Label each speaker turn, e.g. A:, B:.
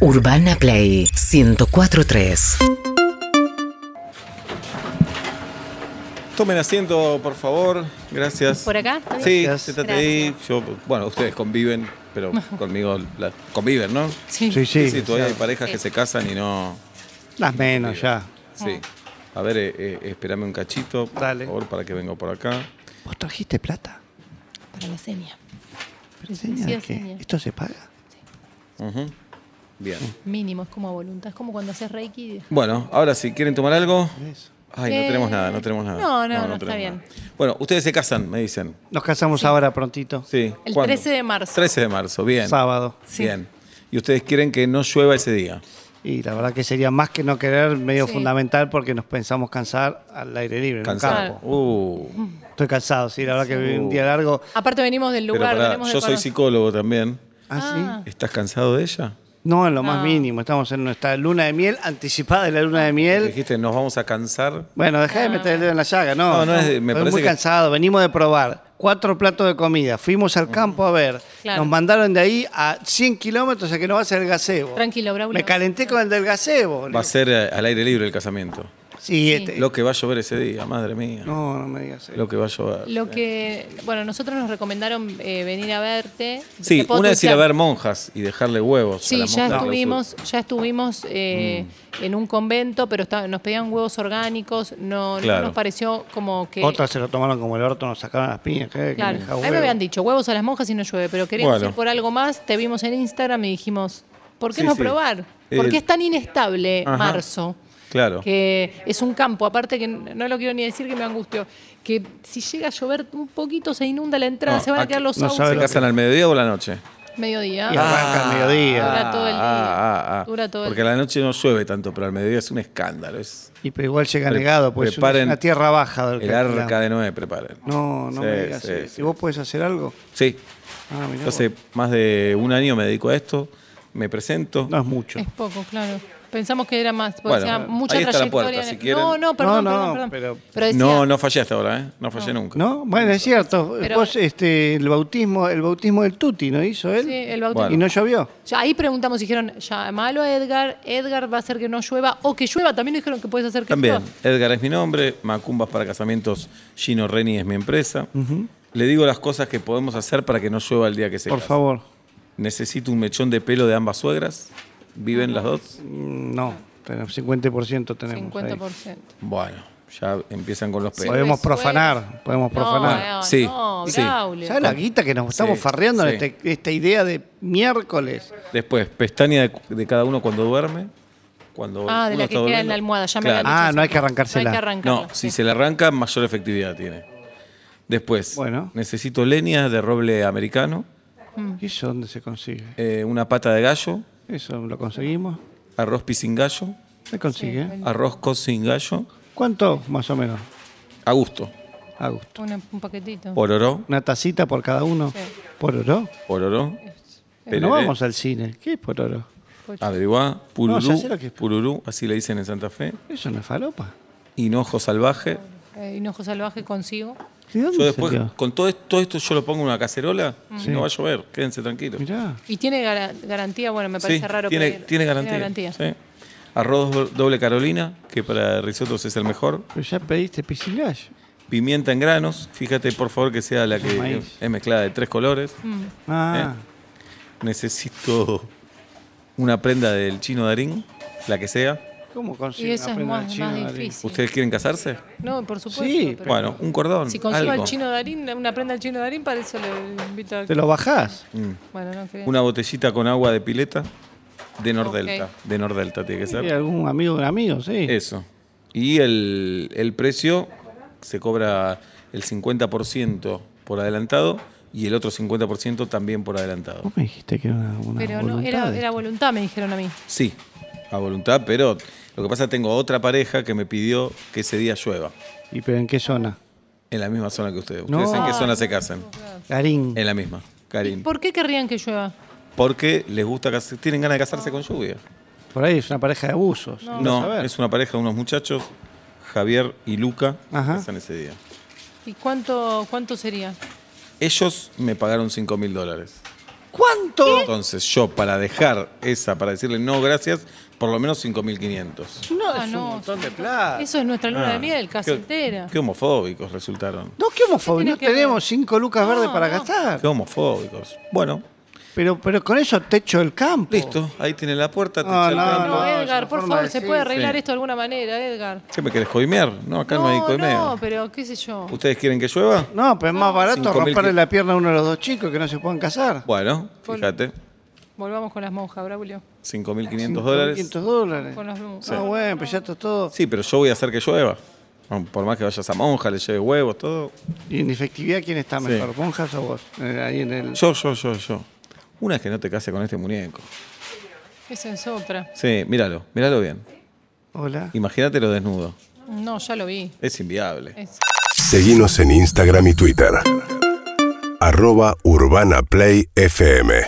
A: Urbana Play 1043.
B: Tomen asiento, por favor. Gracias.
C: ¿Por acá? ¿Está bien?
B: Sí,
D: Gracias.
B: siéntate ahí.
C: Gracias.
B: Yo, bueno, ustedes conviven, pero conmigo la- conviven, ¿no?
C: Sí.
D: Sí, sí.
B: sí todavía hay parejas
C: Sí.
B: que se casan y no.
D: Las menos ya.
B: Sí. A ver, eh, eh, espérame un cachito, por
D: Dale.
B: favor, para que venga por acá.
D: ¿Vos trajiste plata?
C: Para la seña.
D: Pero señor,
C: Sí,
D: ¿qué?
C: señor.
D: ¿Esto se paga?
B: Ujú. Bien.
C: Mínimo, es como a voluntad. Es como cuando haces Reiki. y-
B: Bueno, ahora sí, ¿quieren tomar algo?
D: Eso.
B: Ay, no
C: Eh,
B: tenemos nada, no tenemos nada.
C: no, no, no, está
B: tenemos
C: bien.
B: nada. Bueno, ustedes se casan, me dicen.
D: Nos casamos ahora prontito.
B: Sí.
C: El
B: ¿cuándo?
C: 13 de marzo.
B: 13 de marzo, bien.
D: Sábado.
C: Sí.
B: Bien. Y ustedes quieren que no llueva ese día.
D: Y la verdad que sería más que no querer, medio
C: Sí.
D: fundamental porque nos pensamos cansar al aire libre, en un
B: Cansado.
D: campo.
B: Uh.
D: Estoy cansado, sí, la verdad que viví un día largo.
C: Aparte venimos del lugar.
B: Pero pará,
C: venimos de
B: yo soy
C: Córdoba.
B: psicólogo también.
D: Ah, sí.
B: ¿Estás cansado de ella?
D: No, en lo
C: Ah.
D: más mínimo. Estamos en nuestra luna de miel, anticipada de la luna de miel.
B: Dijiste, nos vamos a cansar.
D: Bueno, dejá
C: Ah,
D: de meter el dedo en la llaga, no.
B: No, no es- me
D: Estoy
B: parece
D: muy
B: que-
D: cansado, venimos de probar. Cuatro platos de comida, fuimos al campo a ver.
C: Claro.
D: Nos mandaron de ahí a 100 kilómetros a que no va a ser el gazebo.
C: Tranquilo, Braulio.
D: Me calenté con el del gazebo.
B: Va a ser eh, al aire libre el casamiento.
D: Sí, este-
B: Lo que va a llover ese día, madre mía.
D: No, no me digas eso.
B: Lo que va a llover.
C: Lo que. Bueno, nosotros nos recomendaron eh, venir a verte.
B: Sí,
C: Te puedo
B: una es ir a
C: tuitear.
B: ver monjas y dejarle huevos. a
C: Sí,
B: las
C: ya
B: monjas.
C: estuvimos, ya estuvimos eh,
B: Mm.
C: en un convento, pero está- nos pedían huevos orgánicos. No, no
B: Claro.
C: nos pareció como que.
D: Otras se lo tomaron como el orto, nos sacaron las piñas. ¿qué? Que
C: Claro.
D: me deja
C: A mí
D: huevo.
C: me habían dicho huevos a las monjas y no llueve, pero queríamos
B: Bueno.
C: ir por algo más. Te vimos en Instagram y dijimos, ¿por qué
B: Sí,
C: no
B: sí.
C: probar?
B: Eh,
C: ¿Por qué es tan inestable
B: ajá.
C: marzo?
B: Claro.
C: Que es un campo, aparte que n- no lo quiero ni decir que me angustió, que si llega a llover un poquito se inunda la entrada,
B: No,
C: se van a
B: aquí
C: quedar los
D: no
C: sauces
D: sabe
B: ¿Se
D: lo
B: casan al mediodía o a la noche? Ah,
C: mediodía.
D: Y arranca al mediodía.
C: Dura todo el día. Dura todo el
B: Porque a la noche no llueve tanto, pero al mediodía es un escándalo. Es
D: Y pero igual llega
B: Pre-
D: negado, pues es una-
B: preparen
D: es una tierra baja del
B: el
D: Catlán.
B: arca de Noé, preparen.
D: No, no
B: Sí,
D: me digas
B: sí,
D: eso.
B: sí.
D: ¿Y vos podés hacer algo?
B: Sí.
D: Ah, mirá
B: Yo hace
D: vos.
B: más de un año me dedico a esto. Me presento.
D: No es mucho.
C: Es poco, claro. Pensamos que era más, porque
B: Bueno,
C: decía, mucha
B: ahí está la
C: trayectoria.
B: puerta,
C: en-
B: si quieren.
C: No, no, perdón,
D: No, no,
C: perdón, perdón.
D: pero-
C: decía,
B: No, no fallé hasta ahora, ¿eh? No fallé nunca.
D: ¿No? Bueno, es cierto.
C: Pero-
D: Vos, este, el bautismo, el bautismo del Tuti, ¿no hizo él?
C: sí, el bautismo.
B: Bueno.
D: Y no llovió.
C: Ya, ahí preguntamos, dijeron, llamalo a Edgar, Edgar va a hacer que no llueva o que llueva, también dijeron que puedes hacer que
B: También,
C: llueva.
B: Edgar es mi nombre, Macumbas para Casamientos, Gino Reni es mi empresa. Le digo las cosas que podemos hacer para que no llueva el día que se
D: Por
B: casen.
D: favor.
B: Necesito un mechón de pelo de ambas suegras. ¿Viven las dos?
D: Mm, No, pero 50% tenemos. ahí.
C: 50%.
B: Bueno, ya empiezan con los pelos.
D: Podemos
C: Suele-
D: profanar, podemos profanar.
C: pues, No, eh,
B: Sí,
C: no,
B: sí.
C: Braulio.
D: ¿Sabes la guita que nos estamos
B: Sí,
D: farreando en
B: sí.
D: este- esta idea de miércoles?
B: Después, pestaña de, de cada uno cuando duerme. Cuando
C: Ah, de
B: uno
C: la
B: está
C: que queda en
B: durmiendo.
C: la almohada, ya me
B: Claro.
C: habían dicho
D: Ah,
C: eso.
D: no hay que arrancársela.
C: No hay que arrancarla.
B: No, si se le arranca, mayor efectividad tiene. Después,
D: Bueno.
B: necesito leña de roble americano,
C: Mm.
D: ¿Y eso dónde se consigue?
B: eh, una pata de gallo,
D: ¿Eso lo conseguimos?
B: arroz pi sin gallo,
D: Se consigue. ¿eh?
B: arroz cos sin gallo,
D: ¿Cuánto más o menos?
B: a gusto.
D: A gusto.
C: Una- un paquetito.
B: Pororó,
D: ¿Una tacita por cada uno?
C: Sí.
D: ¿Por oro?
B: pororó,
D: no
B: pereré,
D: vamos al cine. ¿Qué es por oro?
B: averiguá, pururú,
D: No, ya sé lo que es.
B: pururú, así le dicen en Santa Fe,
D: Eso no es falopa.
B: hinojo salvaje.
C: Eh, hinojo salvaje consigo.
D: ¿De dónde
B: Yo después,
D: salió?
B: con todo esto, todo esto yo lo pongo en una cacerola y no va a llover, quédense tranquilos.
D: Mirá.
C: Y tiene gara- garantía, bueno, me parece
B: Sí,
C: raro.
B: tiene,
C: pedir-
B: tiene garantía. sí. Arroz do- doble carolina, que para risotos es el mejor.
D: Pero ya pediste pisillas.
B: Pimienta en granos, fíjate por favor que sea la que
D: Maíz.
B: es mezclada de tres colores.
C: Mm.
D: Ah,
B: Eh. Necesito una prenda del chino Darín, la que sea.
D: ¿cómo
C: Y
D: consigues
C: eso es más, más difícil.
B: ¿Ustedes quieren casarse?
C: No, por supuesto.
D: Sí,
C: pero
B: Bueno, un cordón.
C: Si consigo
B: algo.
C: al chino Darín, una prenda al chino Darín, para eso le invito a...
D: Te lo bajás.
C: Bueno, no creo.
B: Mm. Una botellita con agua de pileta de Nordelta.
C: Ok.
B: De Nordelta tiene que
D: Sí,
B: ser.
D: algún amigo de un amigo, sí.
B: Eso. Y el, el precio se cobra el 50% por adelantado y el otro 50% también por adelantado.
D: Vos me dijiste que era una, una
C: Pero no, era,
D: voluntad.
C: era voluntad, me dijeron a mí.
B: Sí, a voluntad, pero lo que pasa tengo otra pareja que me pidió que ese día llueva.
D: ¿Y pero en qué zona?
B: En la misma zona que ustedes.
D: No.
B: ¿Ustedes en qué zona se casan?
D: Garín.
B: En la misma, Karim.
C: Ah, ¿Por qué querrían que llueva?
B: Porque les gusta cas- tienen ganas de casarse con lluvia.
D: Por ahí es una pareja de abusos.
B: No, es una pareja de unos muchachos, Javier y Luca, que
D: Ajá.
B: casan ese día.
C: ¿Y cuánto, cuánto sería?
B: Ellos me pagaron 5 mil dólares.
D: ¿Cuánto?
B: Entonces, yo para dejar esa, para decirle no gracias, por lo menos 5.500.
D: No,
C: Ah,
D: es
C: no,
D: un montón
C: sí,
D: de plata.
C: Eso es nuestra luna
B: Ah,
C: de miel, casi
B: qué-
C: entera.
B: Qué homofóbicos resultaron.
D: No, qué homofobia.
C: ¿Qué tiene
D: No
C: que ver?
D: tenemos cinco lucas verdes
C: No,
D: para
C: no.
D: gastar.
B: Qué homofóbicos. Bueno,
D: Pero, pero con eso techo el campo.
B: listo. Ahí tiene la puerta. te
D: Ah,
B: echa el
D: no,
B: campo.
C: no,
D: no, es
C: Edgar,
D: una
C: por
D: forma
C: favor,
D: de
C: se
D: decir,
C: puede arreglar
B: sí.
C: esto de alguna manera, Edgar.
B: ¿Qué me querés coimear? No, acá no, hay coimeo.
C: no, pero qué sé yo.
B: ¿Ustedes quieren que llueva?
D: No, pero es más barato
B: Cinco mil
D: romperle
B: que-
D: la pierna a uno de los dos chicos que no se puedan casar.
B: Bueno,
C: Por-
B: fíjate.
C: Volvamos con las monjas, Braulio.
B: 5.500 dólares.
D: 500 dólares.
C: Con las monjas.
D: Ah, bueno, pues ya está todo.
B: Sí, pero yo voy a hacer que llueva. No, Por más que vayas a monja, le lleves huevos, todo.
D: ¿Y en efectividad quién está
B: Sí.
D: mejor? ¿Ponjas o vos? Eh, ahí en el...
B: Yo, yo, yo, yo. Una es que no te cases con este muñeco.
C: Eso en sopra.
B: Sí, míralo, míralo bien.
D: Hola.
B: Imagínatelo desnudo.
C: No, ya lo vi.
B: Es inviable.
C: Es-
E: Seguinos en Instagram y Twitter. Arroba Urbana Play FM.